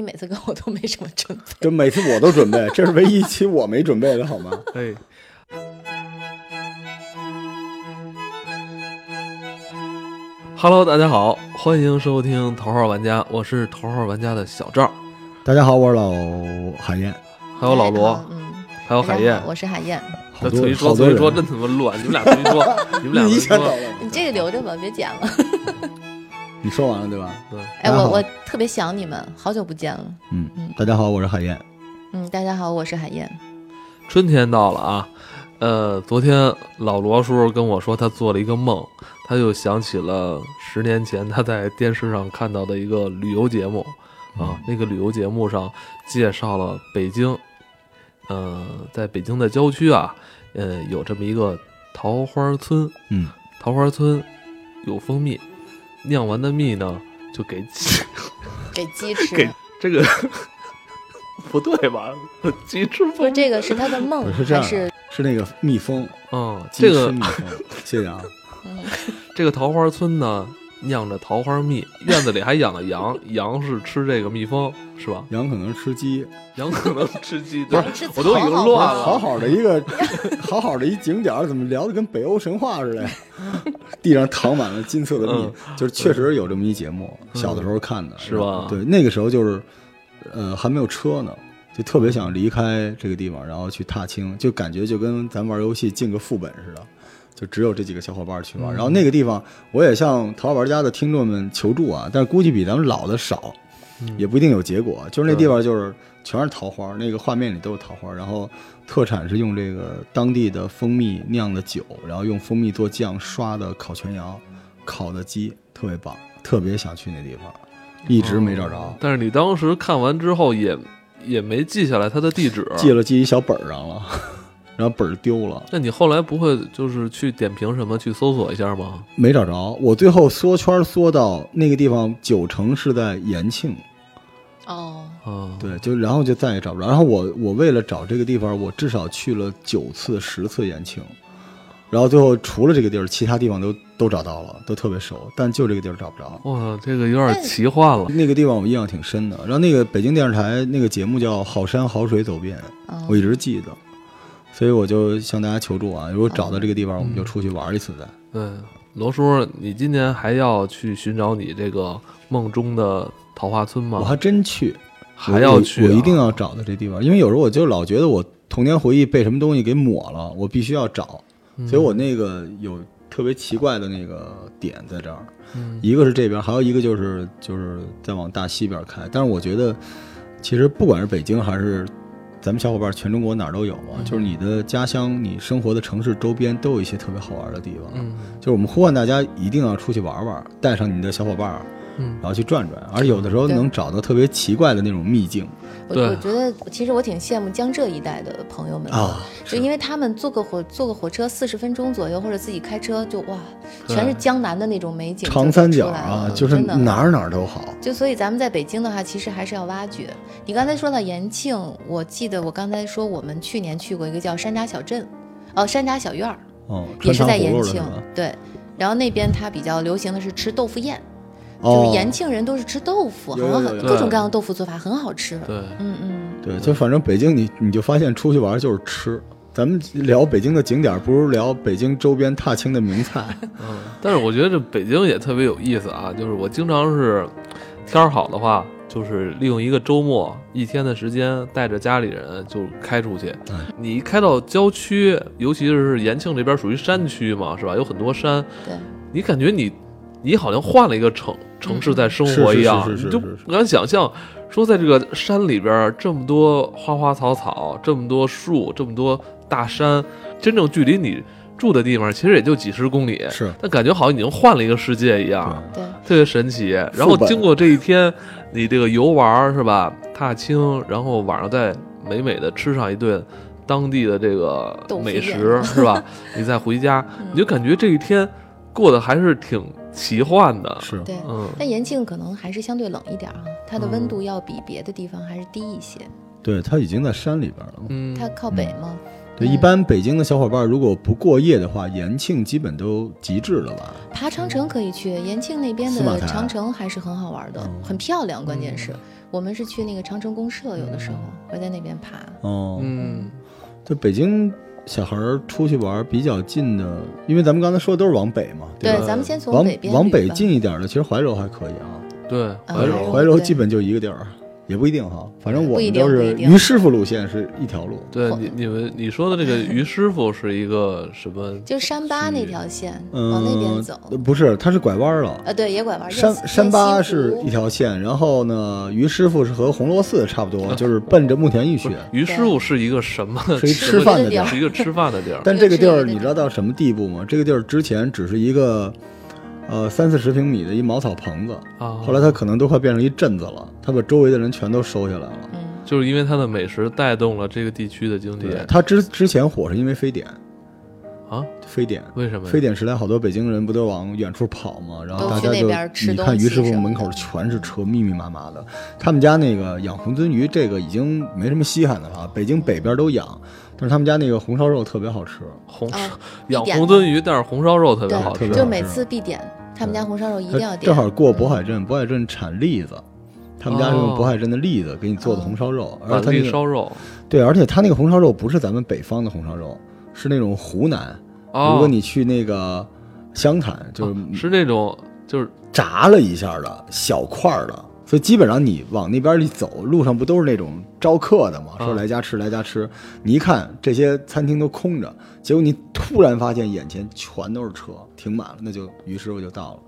你每次跟我都没什么准备。就每次我都准备，这是唯一一期我没准备的好吗？哎，Hello，大家好，欢迎收听《头号玩家》，我是头号玩家的小赵，大家好，我是老海燕，还有老罗大家好，嗯，还有海大家燕好。我是海燕。哎好这多腿一好说多腿一人，啊说真他妈乱，你们俩腿一说，你们俩 你腿一一下倒说，了，你这个留着吧，别剪了。你说完了对吧？对，哎，大家好我我特别想你们，好久不见了。嗯，大家好，我是海燕，嗯，大家好，我是海燕。春天到了啊，呃，昨天老罗叔跟我说，他做了一个梦，他就想起了十年前他在电视上看到的一个旅游节目嗯啊，那个旅游节目上介绍了北京，呃，在北京的郊区啊，呃，有这么一个桃花村，嗯，桃花村有蜂蜜，酿完的蜜呢就给 给鸡吃，给这个 不对吧？鸡翅不是蜂蜜，这个是他的梦我是这样还的是是那个蜜蜂，嗯，哦鸡这个翅蜜蜂，谢谢啊，嗯这个桃花村呢，酿着桃花蜜，院子里还养了羊，羊是吃这个蜜蜂，是吧？羊可能吃鸡，羊可能吃 鸡，不对是是我都已经草乱好好了。好的一个 好好的一景点儿，怎么聊的跟北欧神话似的呀？地上躺满了金色的蜜，就是确实有这么一节目，小的时候看的，嗯是吧对，那个时候就是，呃，还没有车呢。就特别想离开这个地方，然后去踏青，就感觉就跟咱玩游戏进个副本似的，就只有这几个小伙伴去嗯玩。然后那个地方，我也向《淘宝玩家》的听众们求助啊，但是估计比咱们老的少，也不一定有结果。就是那地方就是全是桃花，那个画面里都是桃花，然后特产是用这个当地的蜂蜜酿的酒，然后用蜂蜜做酱刷的烤全羊、烤的鸡，特别棒，特别想去那地方，一直没找着，但是你当时看完之后也也没记下来它的地址，记了记一小本儿上了， 然后本儿丢了。那你后来不会就是去点评什么去搜索一下吗？没找着，我最后缩圈缩到那个地方，九成是在延庆，哦，啊，对，就然后就再也找不着。然后我我为了找这个地方，我至少去了九次、十次延庆，然后最后除了这个地儿，其他地方都都找到了，都特别熟，但就这个地儿找不着。哇，这个有点奇幻了。那个地方我印象挺深的，然后那个北京电视台那个节目叫《好山好水走遍》，嗯我一直记得，所以我就向大家求助啊，如果找到这个地方，我们就出去玩一次再。对，嗯罗叔，你今年还要去寻找你这个梦中的桃花村吗？我还真去，还要去啊、我，我一定要找到这地方，因为有时候我就老觉得我童年回忆被什么东西给抹了，我必须要找，嗯所以我那个有特别奇怪的那个点在这儿，嗯一个是这边，还有一个就是就是再往大西边开，但是我觉得其实不管是北京还是。咱们小伙伴全中国哪儿都有嘛，嗯就是你的家乡、你生活的城市周边都有一些特别好玩的地方。嗯就是我们呼唤大家一定要出去玩玩，带上你的小伙伴儿，嗯然后去转转，而有的时候对能找到特别奇怪的那种秘境我对我觉得其实我挺羡慕江浙一带的朋友们的啊，就因为他们坐个火坐个火车四十分钟左右，或者自己开车就哇，全是江南的那种美景就出来长了，三角啊，就是真的哪儿哪儿都好。就所以咱们在北京的话，其实还是要挖掘。你刚才说到延庆，我记得我刚才说我们去年去过一个叫山楂小镇，哦，山楂小院儿哦，也穿是糖在葫延芦的庆是吧？，对。然后那边它比较流行的是吃豆腐宴，就哦是，延庆人都是吃豆腐，有好有像有很有各种各样的豆腐做法很好吃。对。嗯嗯，对，就反正北京你你就发现出去玩就是吃。咱们聊北京的景点儿，不如聊北京周边踏青的名 菜。嗯，但是我觉得这北京也特别有意思啊，就是我经常是天儿好的话，就是利用一个周末一天的时间，带着家里人就开出去嗯。你一开到郊区，尤其是延庆这边属于山区嘛，是吧？有很多山，对。你感觉你你好像换了一个城城市在生活一样，是是是是是你就不敢想象说在这个山里边儿这么多花花草草，这么多树，这么多大山，真正距离你住的地方其实也就几十公里，是但感觉好像已经换了一个世界一样，对，特别神奇。然后经过这一天，你这个游玩儿是吧，踏青，然后晚上再美美的吃上一顿当地的这个豆腐美宴食 是吧？你再回家，嗯你就感觉这一天过得还是挺奇幻的。是，对，嗯，但延庆可能还是相对冷一点儿啊，它的嗯温度要比别的地方还是低一些。对，它已经在山里边了。嗯它靠北嘛，对，一般北京的小伙伴如果不过夜的话，延庆基本都极致了吧？爬长城可以去，延庆那边司马的台嗯长城还是很好玩的，很漂亮，关键是。我们是去那个长城公社，有的时候嗯会在那边爬。哦，嗯，就北京小孩儿出去玩儿比较近的，因为咱们刚才说的都是往北嘛，对吧？，咱们先从往北边往捋北吧，近一点的，其实怀柔还可以啊，对，哎啊怀柔，怀柔对基本就一个地儿，也不一定哈。反正我不一们定都不一是定于师傅路线是一条路，对你你们你说的这个于师傅是一个什 么？就是山巴那去条线，嗯，往那边走。呃不是，它是拐弯儿了。呃，对，野拐弯。山雁西山巴雁西是湖一条线，然后呢，于师傅是和红螺寺差不多，就是奔着慕田峪去。于师傅是一个什么？是一吃饭的地儿是一个吃饭的 地儿。但这个地这儿个地你儿知道到什么地步吗？这个地儿之前只是一个，呃，三四十平米的一茅草棚子，啊，后来它可能都快变成一镇子了，它把周围的人全都收下来了。嗯，就是因为它的美食带动了这个地区的经济对，它之之前火是因为非典，啊？非典。为什么呀？非典时代，好多北京人不都往远处跑吗？然后都大去家那就边吃你东看于西师傅什么门的口全是车，密密麻麻的。他们家那个养红鳟鱼，这个已经没什么稀罕的了啊。北京北边都养，但是他们家那个红烧肉特别好吃。红啊养一点红鳟鱼，但是红烧肉特别对好吃特别就好每吃次必点，他们家红烧肉一定要它点。正好过渤海镇，渤海镇产栗子，他们家是用哦渤海镇的栗子给你做的红烧肉，而板他栗那个啊烧肉。对，而且他那个红烧肉不是咱们北方的红烧肉，是那种湖南。哦，如果你去那个湘潭，就是啊是那种就是炸了一下的小块儿的，所以基本上你往那边一走，路上不都是那种招客的吗？啊说来家吃，来家吃。你一看这些餐厅都空着，结果你突然发现眼前全都是车，停满了，那就于师傅就到了，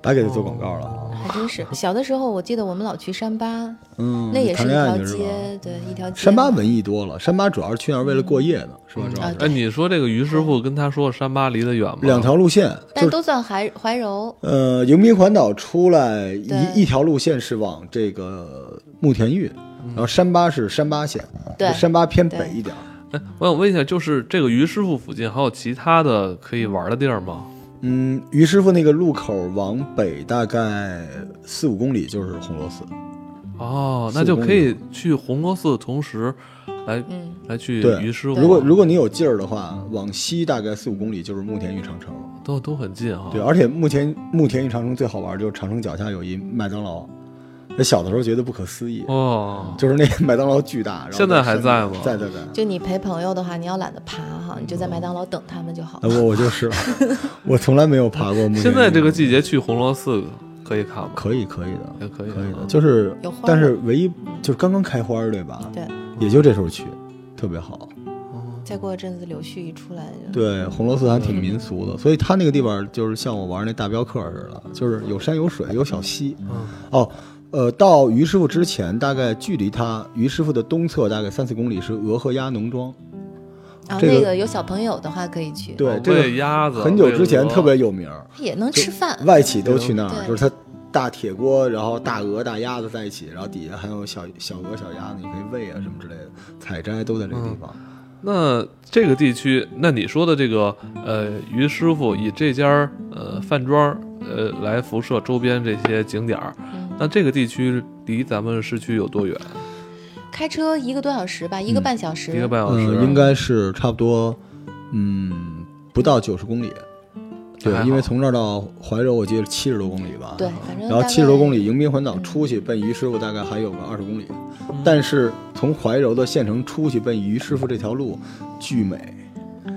白给他做广告了哦啊。嗯还真 是，小的时候我记得我们老去山巴，嗯，那也是谈一恋爱条去是吧？街，对，一条街。山巴文艺多了，山巴主要是去那儿为了过夜的，是吧？主要啊是哎，你说这个于师傅跟他说山巴离得远吗？两条路线，但就是都算怀怀柔，呃，迎宾环岛出来对一一条路线是往这个慕田峪，嗯然后山巴是山巴线，对山巴偏北对一点儿。哎，我想问一下，就是这个于师傅附近还有其他的可以玩的地儿吗？嗯，于师傅那个路口往北大概四五公里就是红螺寺，哦，四那就公可里以去红螺寺，同时来嗯，来去对于师傅，啊如果如果你有劲儿的话，往西大概四五公里就是慕田峪长城。都都很近哈。对，而且慕田慕田峪长城最好玩儿就是长城脚下有一麦当劳，那小的时候觉得不可思议，哦，就是那个麦当劳巨大，然后现在还山在里吗在在在。就你陪朋友的话，你要懒得爬嗯哈，你就在麦当劳等他们就 好那了。呃我我就是，我从来没有爬过慕田峪。现在这个季节去红螺寺可以看吗？可以可以的，也可以可以的，啊就是有花儿但是唯一就是刚刚开花儿对吧？对，嗯也就这时候去，特别好。哦再过一阵子柳絮一出来就，对，红螺寺还挺民俗的，所以它那个地方就是像我玩那大镖客似的，就是有山有水有小溪。嗯哦，呃，到于师傅之前，大概距离他于师傅的东侧大概三四公里是俄贺鸭农庄，然后这个啊那个有小朋友的话可以去，对哦这个喂鸭子，很久喂之前鹅特别有名儿，也能吃饭。外企都去那儿，对就是它大铁锅，然后大鹅、大鸭子在一起，然后底下还有小小鹅、小鸭子，你可以喂啊什么之类的，采摘都在这个地方。嗯那这个地区，那你说的这个呃，于师傅以这家儿呃饭庄儿呃来辐射周边这些景点儿，嗯，那这个地区离咱们市区有多远？开车一个多小时吧，一个半小时。一个半小时？啊嗯，应该是差不多，嗯，不到九十公里。对还，好因为从这儿到怀柔，我记得七十多公里吧。对，反正然后大七十多概公里迎宾环岛出去奔于师傅大概还有个二十公里，嗯但是从怀柔的县城出去奔于师傅这条路，巨美，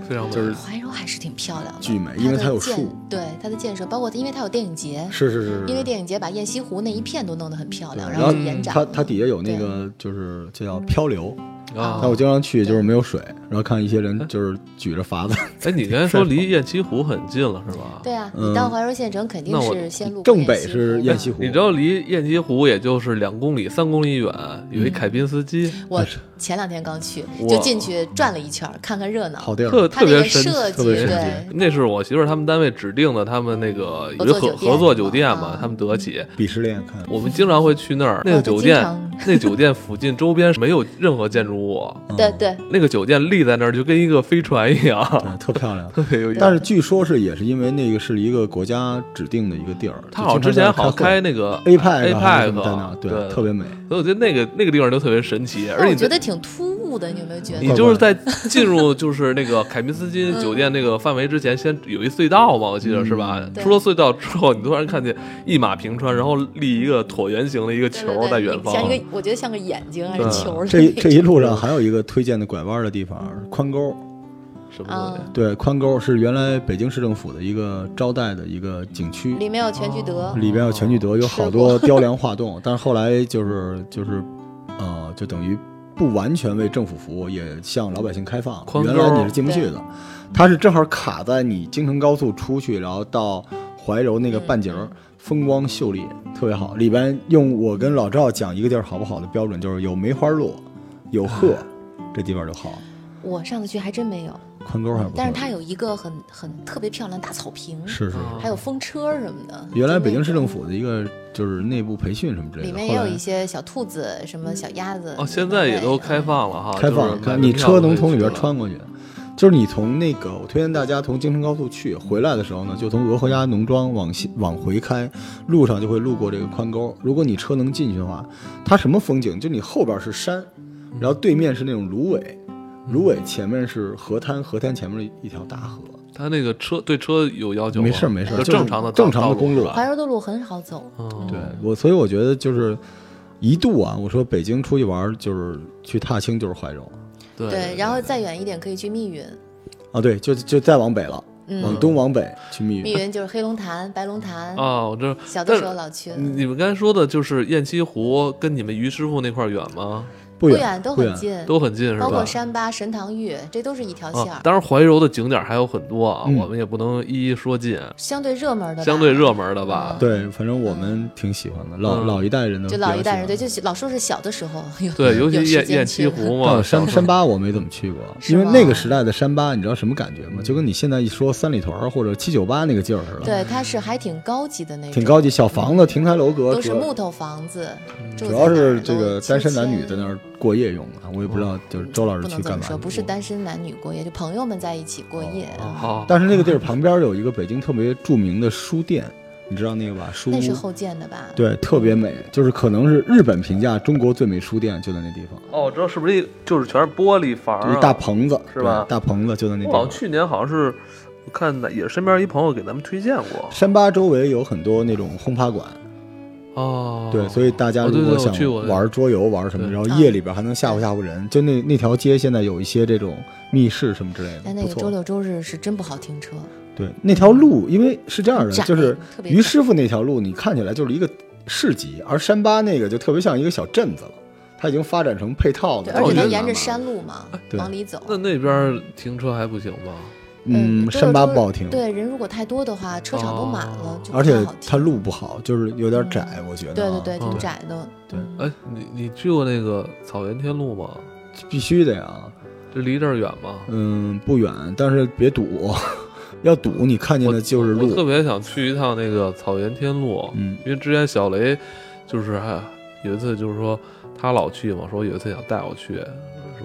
非嗯常就是怀柔还是挺漂亮的，巨美，因为的它有建树。，对它的建设，包括它因为它有电影节，是是是是。因为电影节把雁西湖那一片都弄得很漂亮，然后后就延展它了。它嗯底下有那个就是就叫漂流，啊但我。经常去就是没有水，然后看一些嗯人就是举着筏子，哎，你刚才说离雁西湖很近了是吧？对啊，嗯你到怀柔县城肯定那我是先路过正北湖是雁西嘛。湖，你知道离雁西湖也就是两公里、三公里远，有嗯一凯宾斯基， 我前两天刚去，哇就进去转了一圈，看看热闹。好地特儿，它特那别个神奇。设计，特别神奇对，那是我媳妇儿他们单位指定的，他们那个有一合作酒合店合作酒店嘛啊，哦他们德企，鄙视链看，我们经常会去那儿。那个酒店经常，那酒店附近周边是没有任何建筑物，嗯对对，那个酒店立在那儿就跟一个飞船一样，对，特漂亮。特别有意思。但是据说是也是因为那个是一个国家指定的一个地儿，他好像之前好像开那个 A E 派 A 派 p E 啊在那儿，对，特别美。所以我觉得那个那个地方就特别神奇，但而我且觉得那挺突兀雾的，你有没有觉你得？就是在进入就是那个凯宾斯基嗯酒店那个范围之前，先有一隧道嘛，我记得是吧？嗯对出了隧道之后，你突然看见一马平川，然后立一个椭圆形的一个对球对对在远方，像一个，我觉得像个眼睛还是对球儿之这类的。这一路上还有一个推荐的拐弯的地方，宽沟。什么东西？嗯对，宽沟是原来北京市政府的一个招待的一个景区，里面有全聚哦德，里边有全聚德，哦有好多 雕梁画栋，但是后来就是就是，呃，就等于不完全为政府服务，也向老百姓开放。宽原沟来你是进不去的，它是正好卡在你京承高速出去，然后到怀柔那个半截儿。嗯风光秀丽，特别好。里边用我跟老赵讲一个地儿好不好的标准，就是有梅花鹿，有鹤，嗯这地方就好。我上次去还真没有，宽沟还不错。但是它哦有一个很很特别漂亮的大草坪，是是是啊嗯还有风车什么的。原来北京市政府府的一个就是内部培训什么之类里的，面后也有来一些小兔子、什么小鸭子。哦，现在也都开放了哈，开放啊就是买了，门你票车都可以能从里边去穿过去。就是你从那个，我推荐大家从京承高速去，回来的时候呢，就从鹅河家农庄往西往回开，路上就会路过这个宽沟。如果你车能进去的话，它什么风景？就你后边是山，然后对面是那种芦苇，芦苇前面是河滩，河滩前面是一条大河。他那个车对车有要求吗？没事儿没事儿，就就是正常的正常的公路啊道哎怀柔的路很好走，路是吧。嗯对我，所以我觉得就是一度啊，我说北京出去玩儿就是去踏青就是怀柔对对，然后再远一点可以去密云，啊，对，就就再往北了，嗯往嗯东往北去密密云。云就是黑龙潭、白龙潭，啊，我这小但嗯的是时候老去的，你们刚才说的就是雁栖湖跟你们于师傅那块儿远吗？不远都不很远，近，都很近是吧？包括山巴、神堂峪，这都是一条线啊儿，，当然怀柔的景点还有很多啊，嗯我们也不能一一说尽，相对热门的吧，嗯相对热门的吧。对，反正我们挺喜欢的，老嗯老一代人的，就老一代人对，就是老说是小的时候有对，尤有其时雁间雁去栖湖嘛，但山小时候山巴我没怎么去过，是因为吗嗯那个时代的山巴，你知道什么感觉吗？就跟你现在一说三里屯儿或者七九八那个劲儿似的，对，它是还挺高级的那种，挺高级，小房子、亭台楼阁，都是主要嗯木头房子，住主在哪要儿是都这个单身男女在亲那儿过夜用的，我也不知道就是周老师不能去这干么嘛去说，了。不是单身男女过夜，就朋友们在一起过夜。啊哦好，但是那个地儿旁边有一个北京特别著名的书店，你知道那个吧？书那是屋后建的吧？对，特别美，就是可能是日本评价中国最美书店就在那地方，哦，我知道是不是一就是全是玻璃房就啊是大棚子是吧对大棚子就在那地我好方像。去年好像是我看哪也是身边一朋友给咱们推荐过山巴周围有很多那种轰趴馆，哦，对，所以大家哦如对对果我想去过玩桌游、玩什么，对然后夜里边还能吓唬吓唬人。就那那条街现在有一些这种密室什么之类的，但哎那不个周错。六周日是真不好停车，对，那条路因为是这样的，窄就是特别于窄师傅那条路，你看起来就是一个市集，而山巴那个就特别像一个小镇子了，它已经发展成配套对，的。而且我觉它得沿着山路嘛，对往里走。那那边停车还不行吗？嗯，周山六巴周日不好停，对人如果太多的话，车场都满了哦，就不而太且好停它路不好，就是有点窄，我觉得。啊对对对，嗯挺窄的。对哎，你你去过那个草原天路吗？必须啊的呀。这离这儿远吗？嗯，不远，但是别堵， 要堵你看见的就是我特路。别想去一趟那个草原天路，嗯因为之前小雷就是还有一次就是说他老去嘛，说有一次想带我去，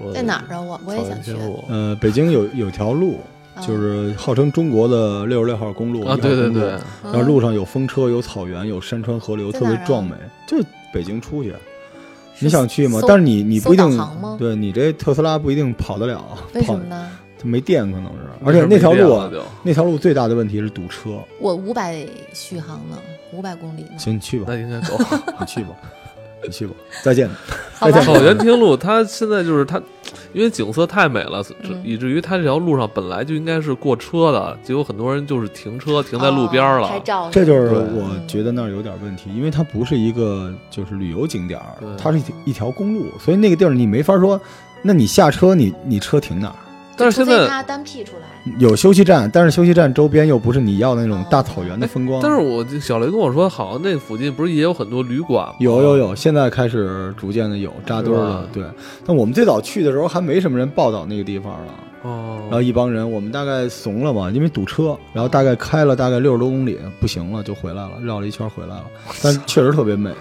说在哪儿啊？我我草也原想去天。路呃，北京有有条路，啊就是号称中国的六十六号公路啊，对1对，号公对路，嗯然后路上有风车，有草原，有山川河流，在特哪儿啊别壮美。就北京出去，是你想去吗搜？但是你你不一搜定导航吗，对你这特斯拉不一定跑得了，为什跑么呢？它没电可能是。而且那条路啊没地儿了，就那条路最大的问题是堵车。我五百续航呢，五百公里呢。行，你去吧 那，应该够。你去吧，你去吧，再见。好吧 哎，草原天路它现在就是它，因为景色太美了，嗯以至于它这条路上本来就应该是过车的，结果很多人就是停车停在路边儿哦拍了。照这就是对我嗯觉得那儿有点问题，因为它不是一个就是旅游景点儿对，它是一一条公路，所以那个地儿你没法说，那你下车你你车停哪儿？但是除现非在，它单辟出来，有休息站，但是休息站周边又不是你要的那种大草原的风光。哎但是我小雷跟我说，好像那附近不是也有很多旅馆吗？有有有，现在开始逐渐的有扎堆儿了。对，但我们最早去的时候还没什么人报道那个地方了，然后哦，一帮人我们大概怂了嘛，因为堵车，然后大概开了大概六十多公里，不行了就回来了，绕了一圈回来了，但是确实特 别美。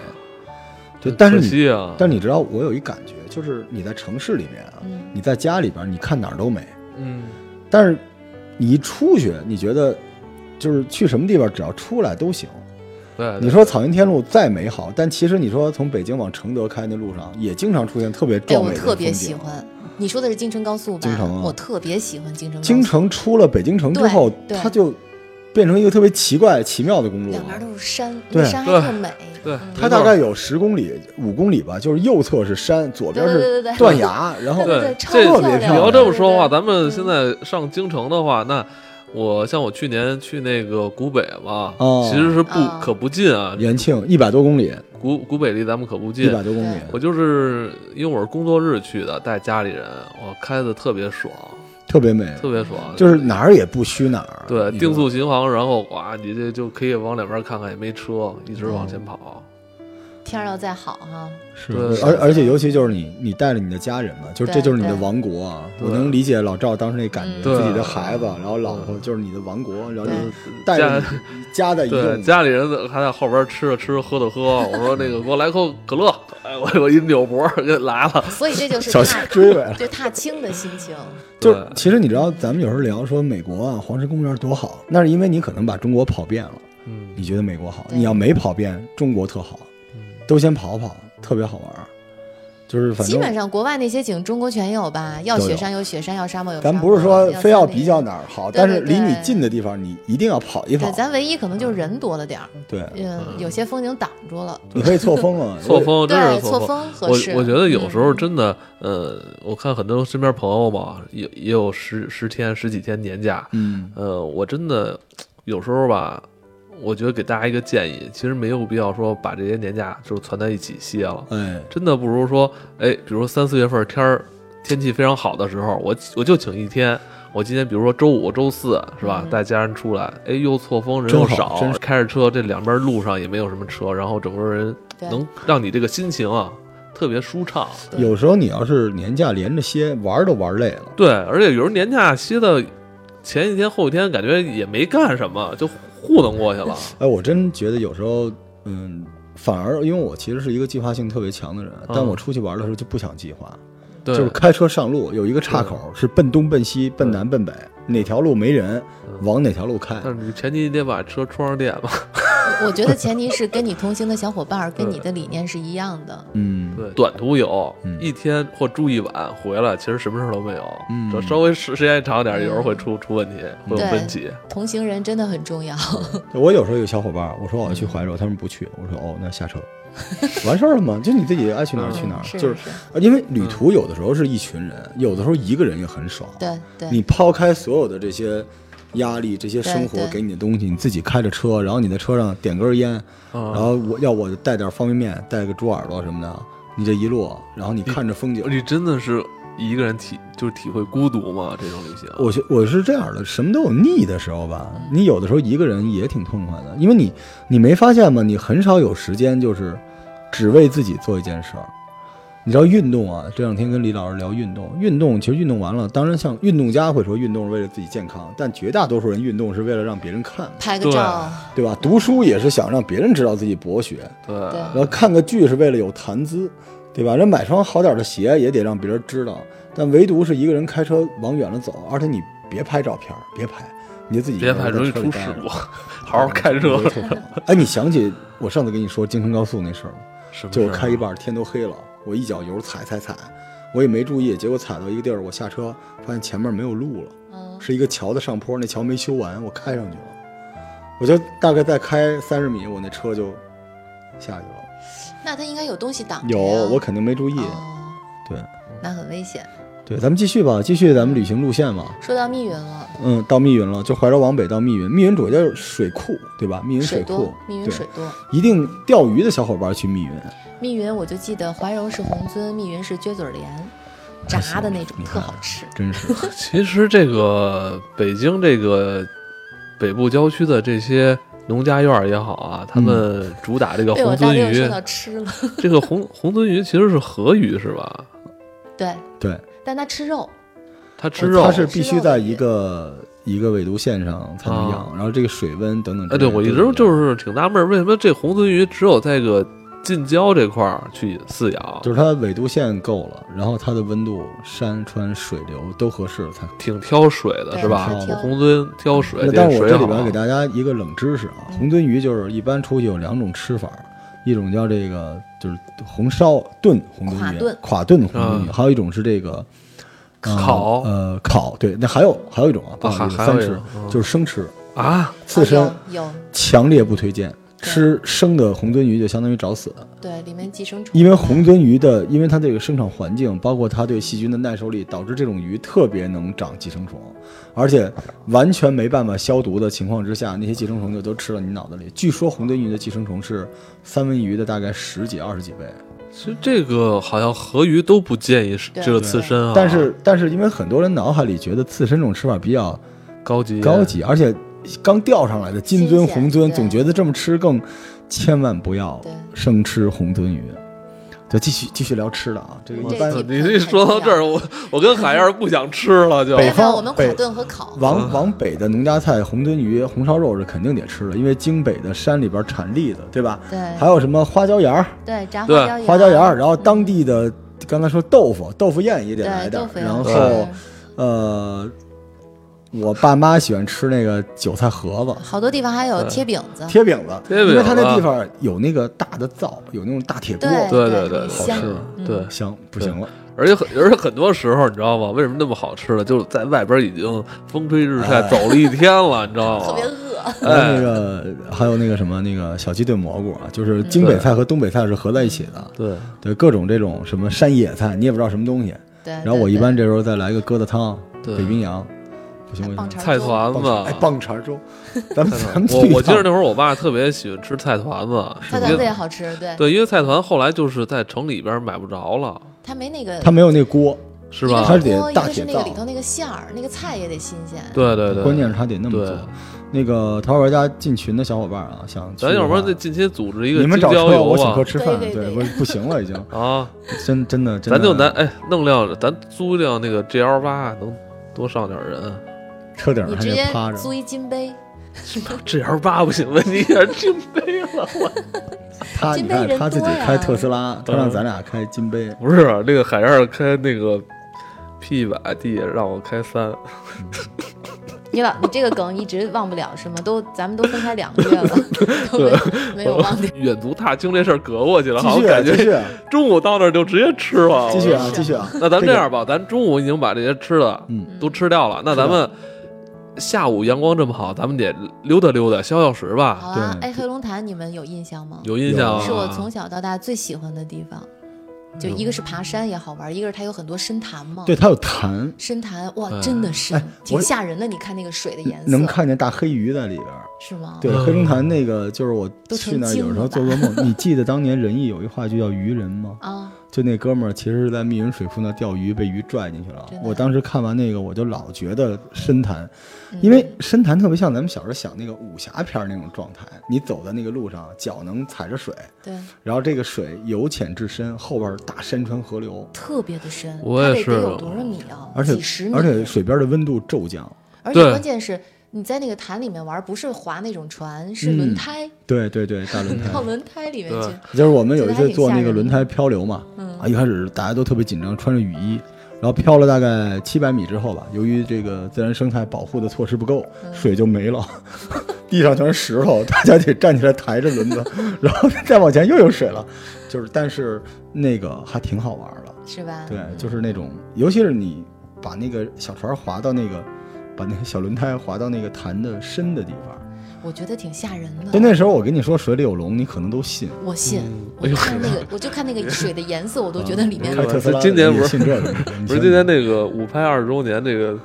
就但是可你惜啊，但是你知道，我有一感觉，就是你在城市里面啊，嗯你在家里边，你看哪儿都美，嗯，但是你一出去，你觉得就是去什么地方，只要出来都行。对，对你说草原天路再美好，但其实你说从北京往承德开那路上，也经常出现特别哎，壮我美的特别风喜景。欢，你说的是京承高速吧？京承啊我特别喜欢京承高速。京城出了北京城之后，对对它就变成一个特别奇怪奇妙的公路两边了。都是山，啊对那山还特美。对嗯它大概有十公里、五公里吧，就是右侧是山，左边对对是对对对断崖，然后对对超这嗯漂亮你要这么说的话，对咱们现在上京城的话，那我像我去年去那个古北嘛，哦其实是不、哦可不近啊，延庆一百多公里，古古北离咱们可不一近。啊百多公里。我就是因为我是工作日去的，带家里人，我开的特别爽，特别美，特别爽，就是哪儿也不虚哪儿。对你知道定吗速巡航，然后哇，你这就可以往两边看看，也没车，一直哦往前跑。天儿要再好 哈，是对而而且尤其就是你，你带着你的家人嘛，就是这对就是你的对王国啊！对我能理解老赵当时那感嗯觉，对自己的孩子，然后老婆就是你的王国，然后对你带着你家在移对，动，家里人还在后边吃着吃着喝着喝，我说那个给我来口可乐，哎，我我一扭脖儿就来了。所以这就是小心踏追尾 了。就踏青的心情。就是其实你知道，咱们有时候聊说美国啊，黄石公园多好，那是因为你可能把中国跑遍了，嗯，，你觉得美国好，对你要没跑遍，中国特好，都先跑跑，特别好玩儿。就是反基正本上国外那些景，中国全有吧？要都有雪山有雪山，要沙漠有沙漠。咱不是说非要森林比较。哪儿好，对但是对离你对近的地方，你一定要跑一跑对，。咱唯一可能就是人多了点儿，对，嗯，有些风景挡住了。你可以错峰了错峰真对，是错峰。峰合我适。我觉得有时嗯候真的，呃，我看很多身边朋友嘛，也也有十十天十几天年假，嗯，呃，我真的有时候吧，我觉得给大家一个建议，其实没有必要说把这些年假就攒在一起歇了，哎，真的不如说，哎，比如说三四月份天儿天气非常好的时候，我我就请一天。我今天比如说周五、周四是吧，嗯带家人出来，哎，又错峰，人真又好少真是，开着车，这两边路上也没有什么车，然后整个人对能让你这个心情啊特别舒畅。对有时候你要是年假连着歇，玩儿都玩累了。对，而且有时候年假歇的前一天后一天，感觉也没干什么，就糊弄过去了。哎，我真觉得有时候，嗯，反而因为我其实是一个计划性特别强的人，但我出去玩的时候就不想计划， 嗯对，就是开车上路，有一个岔口是奔东、奔西、奔南、奔北，哪条路没人，往哪条路开。但是你前提你得把车充上电吧。我觉得前提是跟你同行的小伙 伴儿跟你的理念是一样的。嗯，对，短途游、嗯一天或住一晚回来，其实什么事儿都没有。嗯这稍微时时间长点，有时候会出出问题，会有对分歧。同行人真的很重要。我有时候有小伙伴，我说我要去怀柔，他们不去，我说哦，那下车，完事儿了吗？就你自己爱去哪儿去哪 儿，是就是呃因为旅途有的时候是一群人，有的时候一个人也很爽。对对，你抛开所有的这些压力、这些对生活对给你的东西，你自己开着车，然后你在车上点根烟，然啊，后我要我带点方便面，带个猪耳朵什么的，你这一路，然后你看着风景。你真的是一个人体就是体会孤独嘛？这种旅行，我是我是这样的，什么都有腻的时候吧。你有的时候一个人也挺痛快的，因为你你没发现吗？你很少有时间就是只为自己做一件事儿。你知道运动啊？这两天跟李老师聊运动，运动其实运动完了，当然像运动家会说运动是为了自己健康，但绝大多数人运动是为了让别人看。拍个对照，对吧？读书也是想让别人知道自己博学，对对然后看个剧是为了有谈资，对吧？人买双好点的鞋也得让别人知道，但唯独是一个人开车往远了走，而且你别拍照片儿，别拍，你就自己别拍容易出事故， 好好开车。容易出事故哎，你想起我上次跟你说京承高速那事儿吗？什么就我事儿开一半儿天都黑了，我一脚油踩踩踩，我也没注意，结果踩到一个地儿，我下车发现前面没有路了。嗯，是一个桥的上坡，那桥没修完，我开上去了。我就大概再开三十米，我那车就下去了。那它应该有东西挡着有，呀。我肯定没注意。哦，哎对那很危险。对，咱们继续吧，继续咱们旅行路线嘛。说到密云了，嗯，到密云了，就怀柔往北到密云。密云主要就是水库，对吧？密云水库多，，密云对水多。一定钓鱼的小伙伴去密云，密云我就记得怀柔是红尊，密云是撅嘴莲，炸的那种你特看啊好吃。真是 其实这个北京这个北部郊区的这些农家院儿也好啊，他嗯们主打这个被我红大鳟六说鱼，到吃了， 这个红红鳟鱼其实是河鱼是吧？对，对。但它吃肉，它吃肉，呃它是必须在一个一个纬度线上才能养，啊然后这个水温等等之类的哎，对都我一一样。直就是挺纳闷儿，为什么这红鳟鱼只有在这个近郊这块儿去饲养，就是它纬度线够了，然后它的温度、山川、水流都合适才。挺挑水的对是吧？挺挑的红鳟挑水，但得我水这好里边给大家一个冷知识啊，嗯红鳟鱼就是一般出去有两种吃法，一种叫这个就是红烧炖红鳟垮鱼，炖垮炖红鳟鱼，嗯还有一种是这个。呃烤呃烤对，那还有还有一种啊，不好意思，还还有三一吃种嗯就是生吃，啊，刺身啊有有强烈不推荐。对吃生的红鳟鱼就相当于找死，对，里面寄生虫，因为红鳟鱼的，因为它这个生长环境，包括它对细菌的耐受力，导致这种鱼特别能长寄生虫，而且完全没办法消毒的情况之下，那些寄生虫就都吃到你脑子里。据说红鳟鱼的寄生虫是三文鱼的大概十几二十几倍，其实这个好像河鱼都不建议是对这个刺身啊，但是但是因为很多人脑海里觉得刺身这种吃法比较高级啊高，级，而且刚钓上来的金新鲜鳟、红对鳟，总觉得这么吃更，千万不要对生吃红鳟鱼。就继续继续聊吃的啊，这个我一这般一集你一说到这儿，我我跟海燕儿不想吃了就没北有方我们北垮炖和烤， 往往北的农家菜，红鳟鱼、红烧肉是肯定得吃的，因为京北的山里边产栗子，对吧？对还有什么花椒盐儿、对炸对花椒花椒盐儿儿，然后当地的刚才说豆腐，豆腐宴也得来对点豆儿，腐也然好吃，后呃，我爸妈喜欢吃那个韭菜盒子。好多地方还有对贴饼子，贴饼子，贴饼子啊因为它那地方有那个大的灶，有那种大铁锅，对对对对对，很对香嗯是对，行不行了？而且很而且很多时候你知道吗？为什么那么好吃了？就是在外边已经风吹日哎晒走了一天了，你知道吗？特别 饿，还哎有那个还有那个什么那个小鸡炖蘑菇啊，就是京北菜和东北菜是合在一起的，对，对各种这种什么山野菜，你也不知道什么东西。哎对。然后我一般这时候再来一个疙瘩汤，对北冰洋，不行不棒行，碴菜团棒子，碴哎棒碴 粥，咱们咱们我去一我记得趟那会儿我爸特别喜欢吃菜团子，菜因团为子也好吃，对，对，因为菜团后来就是在城里边买不着了，它没那个它没有那锅，是一吧个？它是得锅大一个是铁那个灶里头那个馅儿，那个菜也得新鲜。对对对，关键是它得那么对做。那个陶玩家进群的小伙伴啊，想去咱要的不然话再近期组织一个你们京找郊车，游啊我请吧客吃饭，对对对不是不行 了已经，啊，真真的真啊的，咱就咱哎弄辆，咱租一辆那个 GL 八，能多上点人。啊车顶你上还直接得趴着。租一金杯， GL 八不行，问题也是金杯了。他你金杯看人他自己多呀开特斯拉，他嗯让咱俩开金杯，不是啊那个海燕儿开那个 P 一百 D，让我开三， 你老你这个梗一直忘不了是吗？都咱们都分开两个月了，都没没有忘掉。远足踏青这事儿隔过去了，嗯好继像续啊感继觉续啊中午到那儿就直接吃了。继续啊是继续啊，那咱们这样吧，咱中午已经把这些吃的嗯都吃掉了，那咱们下午阳光这么好，咱们得溜达溜达，消消食吧。好啊，对哎，黑龙潭你们有印象吗？有印象啊？是我嗯从小到大最喜欢的地方，就一个是爬山也好玩，一个是它有很多深潭嘛。对，他有痰，深潭哇哎，真的深，挺我吓人的。你看那个水的颜色，能看见大黑鱼在里边儿。是吗？对，嗯黑龙潭那个就是我都成去那儿有时候做精噩 梦。你记得当年仁义有一话剧叫《渔人》吗？啊，就那哥们儿其实是在密云水库那钓鱼，被鱼拽进去了真。的我当时看完那个，我就老觉得深潭，嗯因为深潭特别像咱们小时候想那个武侠片儿那种状态。你走在那个路上，脚能踩着水，对然后这个水由浅至深，后边儿大山川河流，特别的深，我它也得是得有多少米啊？而几十且米，而且水边的温度骤降。而且对关键是你在那个潭里面玩，不是划那种船，是嗯轮胎，对对对，大轮胎。到轮胎里面对去。就是我们有一次做那个轮胎漂流嘛，啊，一开始大家都特别紧张，穿着雨衣，然后漂了大概七百米之后吧，由于这个自然生态保护的措施不够，水就没了， 地上全是石头，大家得站起来抬着轮子， 然后再往前又有水了，就是但是那个还挺好玩的，是吧？对，就是那种，尤其是你把那个小船划到那个，把那个小轮胎划到那个潭的深的地方，我觉得挺吓人的。就那时候我跟你说水里有龙，你可能都信。我信，我哎呦就看那个，我就看那个水的颜色，我都觉得里面哎嗯开啊特斯拉的今年不是你也信这个？你不信是今年那个五拍二十周年，这个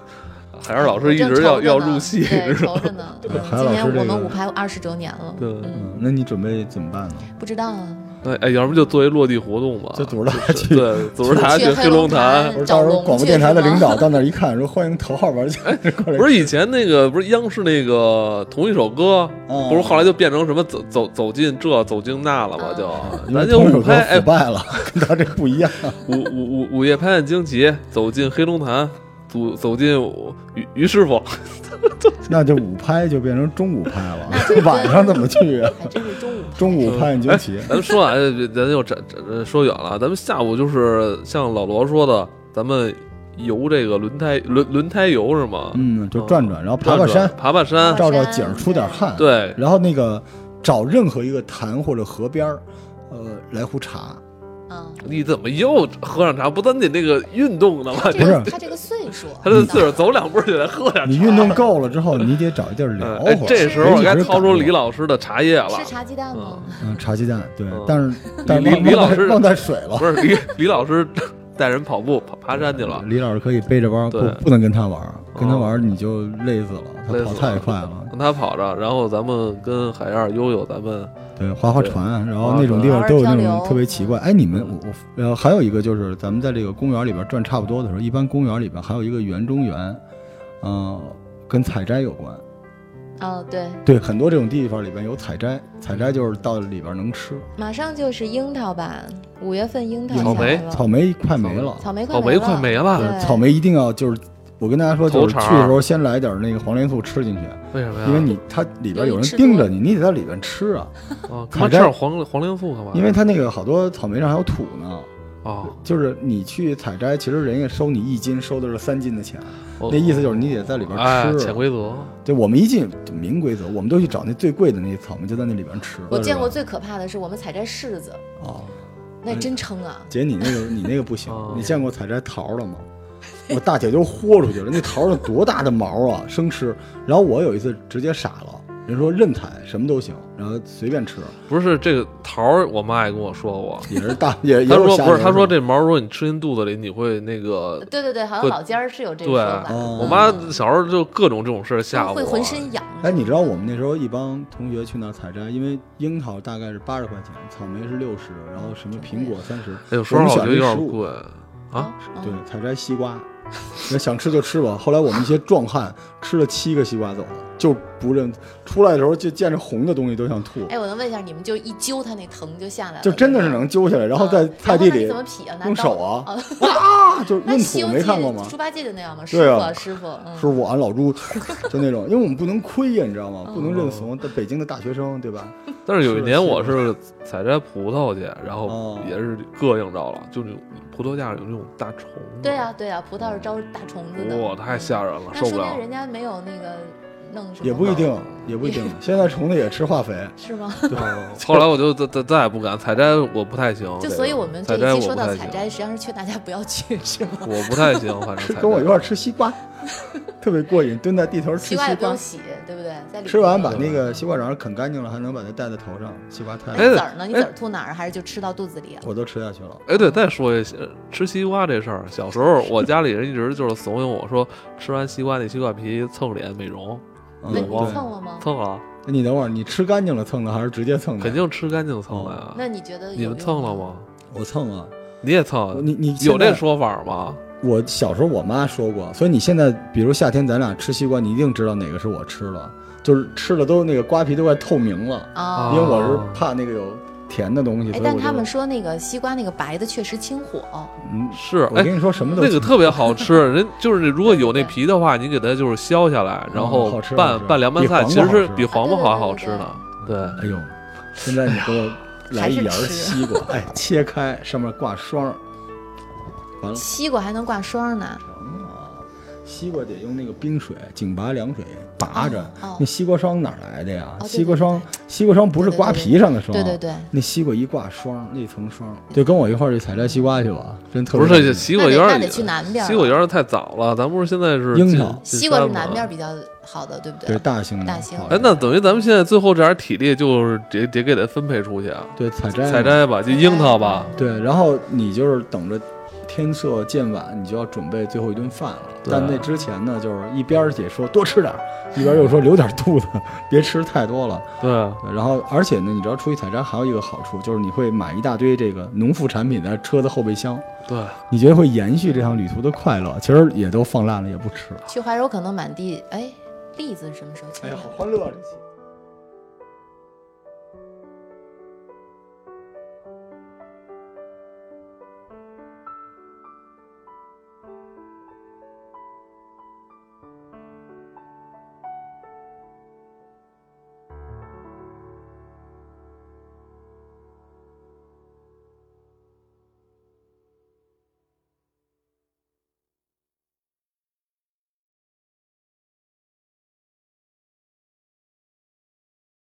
海燕老师一直要要入戏，对，你知愁道吗？着呢。嗯海老今师年这个我们五拍二十周年了，对，嗯，那你准备怎么办呢？不知道啊。哎哎，要不就做一落地活动吧，就组织大家去，对，组织大家去去黑黑龙龙潭潭。不是到时找候龙广播去电台的是吗领导到那儿一看，说欢迎头号玩家，哎过来不是以前那个，不是央视那个同一首歌，嗯不是后来就变成什么走走走进这走进那了吧？就 因为咱就同一五首歌拍哎腐败了，跟咱这不一 样。午午午午夜拍案惊奇，走进黑龙潭，走走进于于师傅，那就午拍就变成中午拍了那就，晚上怎么去啊？还真是中午拍中午拍你就起， 咱们说完，哎咱又这这说远了。咱们下午就是像老罗说的，咱们游这个轮胎轮轮胎游是吗？嗯，就转转，然后爬爬转转山，爬爬啊山转，照照景儿，出点汗。，对然后那个找任何一个潭或者河边儿，呃，来壶茶，嗯，你怎么又喝上茶？不，咱得那个运动呢吗？这个不是他这个岁数， 嗯他这岁数走两步就得喝点茶。你运动够了之后，你得找一地儿聊嗯会哎儿。这时候我人该有时掏出感李觉老师的茶叶了吃。茶鸡蛋吗？嗯茶鸡蛋，对嗯，但是但李是忘李老忘带师忘带水了。不是李李老师带人跑步爬爬山去了，李老师可以背着包，不对哦不能跟他玩儿，跟他玩儿你就累死了，累他死跑了太快了。让他跑着，然后咱们跟海燕儿、悠悠，咱们对，划划对船，啊然划后划嗯那种地船方都有玩儿那漂种流嗯特别奇怪。哎，你们我我然后还有一个就是，咱们在这个公园里边转差不多的时候，一般公园里边还有一个园中园，嗯、跟采摘有关。哦，对，对，很多这种地方里边有采摘，采摘就是到里边能吃。马上就是樱桃吧，五月份樱桃樱下桃来了，草莓快没了，草莓哦，快没没快没了，对草莓一定要就是，我跟大家说，头就是去茬儿的时候先来点那个黄连素吃进去，为什么呀？因为你它里边有人盯着你，你得在里边吃啊，啊，干采嘛吃摘点黄黄连素干嘛？因为它那个好多草莓上还有土呢。哦，就是你去采摘，其实人家收你一斤，收的是三斤的钱，哦那意思就是你得在里边哎，吃。啊潜规则，对，我们一进就明规则，我们都去找那最贵的那草莓，就在那里边吃。我见过是最可怕的是我们采摘柿子，吧哦，那真撑啊！姐你那个你那个不行哦，你见过采摘桃了吗？我大姐都豁出去了，那桃上多大的毛啊，生吃。然后我有一次直接傻了，人说任采什么都行，然后随便吃，不是这个桃儿，我妈也跟我说过，也是大 也也她有说瞎不是，人她说的这毛儿，说你吃进肚子里，你会那个，对对对，好像对老家儿是有这个对说法，哦我妈小时候就各种这种事儿吓就唬哦会我浑，身痒。哎，你知道我们那时候一帮同学去那儿采摘，因为樱桃大概是八十块钱，草莓是六十，然后什么苹果三十，哎呦，我说实们话我选觉得了有十点五，贵啊，哦对，采摘西瓜，那想吃就吃吧。后来我们一些壮汉吃了七个西瓜走了，就不认，出来的时候就见着红的东西都想吐，哎，我能问一下，你们就一揪它那藤就下来了，就真的是能揪下来，然后在嗯菜地然后那你里怎么劈啊？拿用刀手啊哦啊，就是那闰《西土游记没》看过吗？猪八戒就那样吗？师对傅、啊师傅，嗯，师傅，俺老朱就那种，因为我们不能亏呀，你知道吗？不能哦认怂。在北京的大学生，对吧？但是有一是的年我是是采摘葡萄去，然后啊哦也是膈应着了，就那种葡萄架上有那种大虫子，对啊，对啊，葡萄是招大虫子的，嗯哇，太吓人了，那受说不了明。人家没有那个弄什么，也不一定，也不一定。现在虫子也吃化肥， 是吗？ 嗯后来我就再再再也不敢采摘，我不太行。就这所以个我们这哦采摘一期我说不到太采摘，行，实际上是劝大家不要去， 是吗？我不太行，反正 采摘跟我一块儿吃 西瓜，特别过瘾。蹲在地头吃西西瓜也不瓜用，洗，对不对？在里吃完把面那个西瓜瓤啃干净了，还能把它戴在头上。西瓜太那好你哎了，籽儿呢？你籽哎儿吐哪儿？还是就吃到肚子里啊？我都吃下去了。哎，对，再说一下呃吃西瓜这事儿，小时候我家里人一直就是怂恿我说，吃完西瓜那西瓜皮蹭脸美容，嗯，那对你蹭了吗？蹭啊，那你等会儿，你吃干净了蹭的还是直接蹭的？肯定吃干净蹭的呀。那嗯你觉得啊你有用们蹭了？吗？我蹭啊！你也蹭？你你有现在这？说法吗？我小时候我妈说过，所以你现在比如夏天咱俩吃西瓜，你一定知道哪个是我吃了，就是吃的都那个瓜皮都快透明了，啊因为我是怕那个有甜的东西。哎所，以但我他就们说那个西瓜那个白的确实清火，嗯，是，我哎，跟你说什么都那个吃特别 好吃，人就是如果有对那皮的话，你给它就是削下来，然嗯后好吃好拌吃拌凉拌比菜，黄其瓜实是好吃比黄瓜啊对还对好对对吃呢。哎对，呦，现在你给哎我来一篮儿西 瓜，哎，切开上面挂霜儿，完了，西瓜还能挂霜呢。西瓜得用那个冰水，井拔凉水拔着。哦那西瓜霜哪儿来的呀？哦对西瓜霜，西瓜霜不是对对瓜皮上的霜，啊对对对，那西瓜一挂霜，那层霜，就跟我一块儿去采摘西瓜去吧，真特不别是这有意思西瓜园那儿得，去南边儿啊西瓜园儿太早了，咱不是现在是樱进桃西瓜是南。边进山啊儿吗比较好的，对不对大型的，大型的好哎，那等于咱们现在最后这点儿体力，就是得得给它分配出去啊，对采摘采摘吧，就樱桃吧，对，然后你就是等着天色渐晚，你就要准备最后一顿饭了。对但那之前呢，就是一边儿姐说多吃点儿，一边儿又说留点儿肚子， 别吃太多了。对，对然后，而且呢，你知道出去采摘还有一个好处，就是你会买一大堆这个农副产品在车的后备箱，对，你觉得会延续这趟旅途的快乐。其实也都放烂了，也不吃。去怀柔可能满地哎，栗子是什么时候？哎呀，好欢乐啊这期。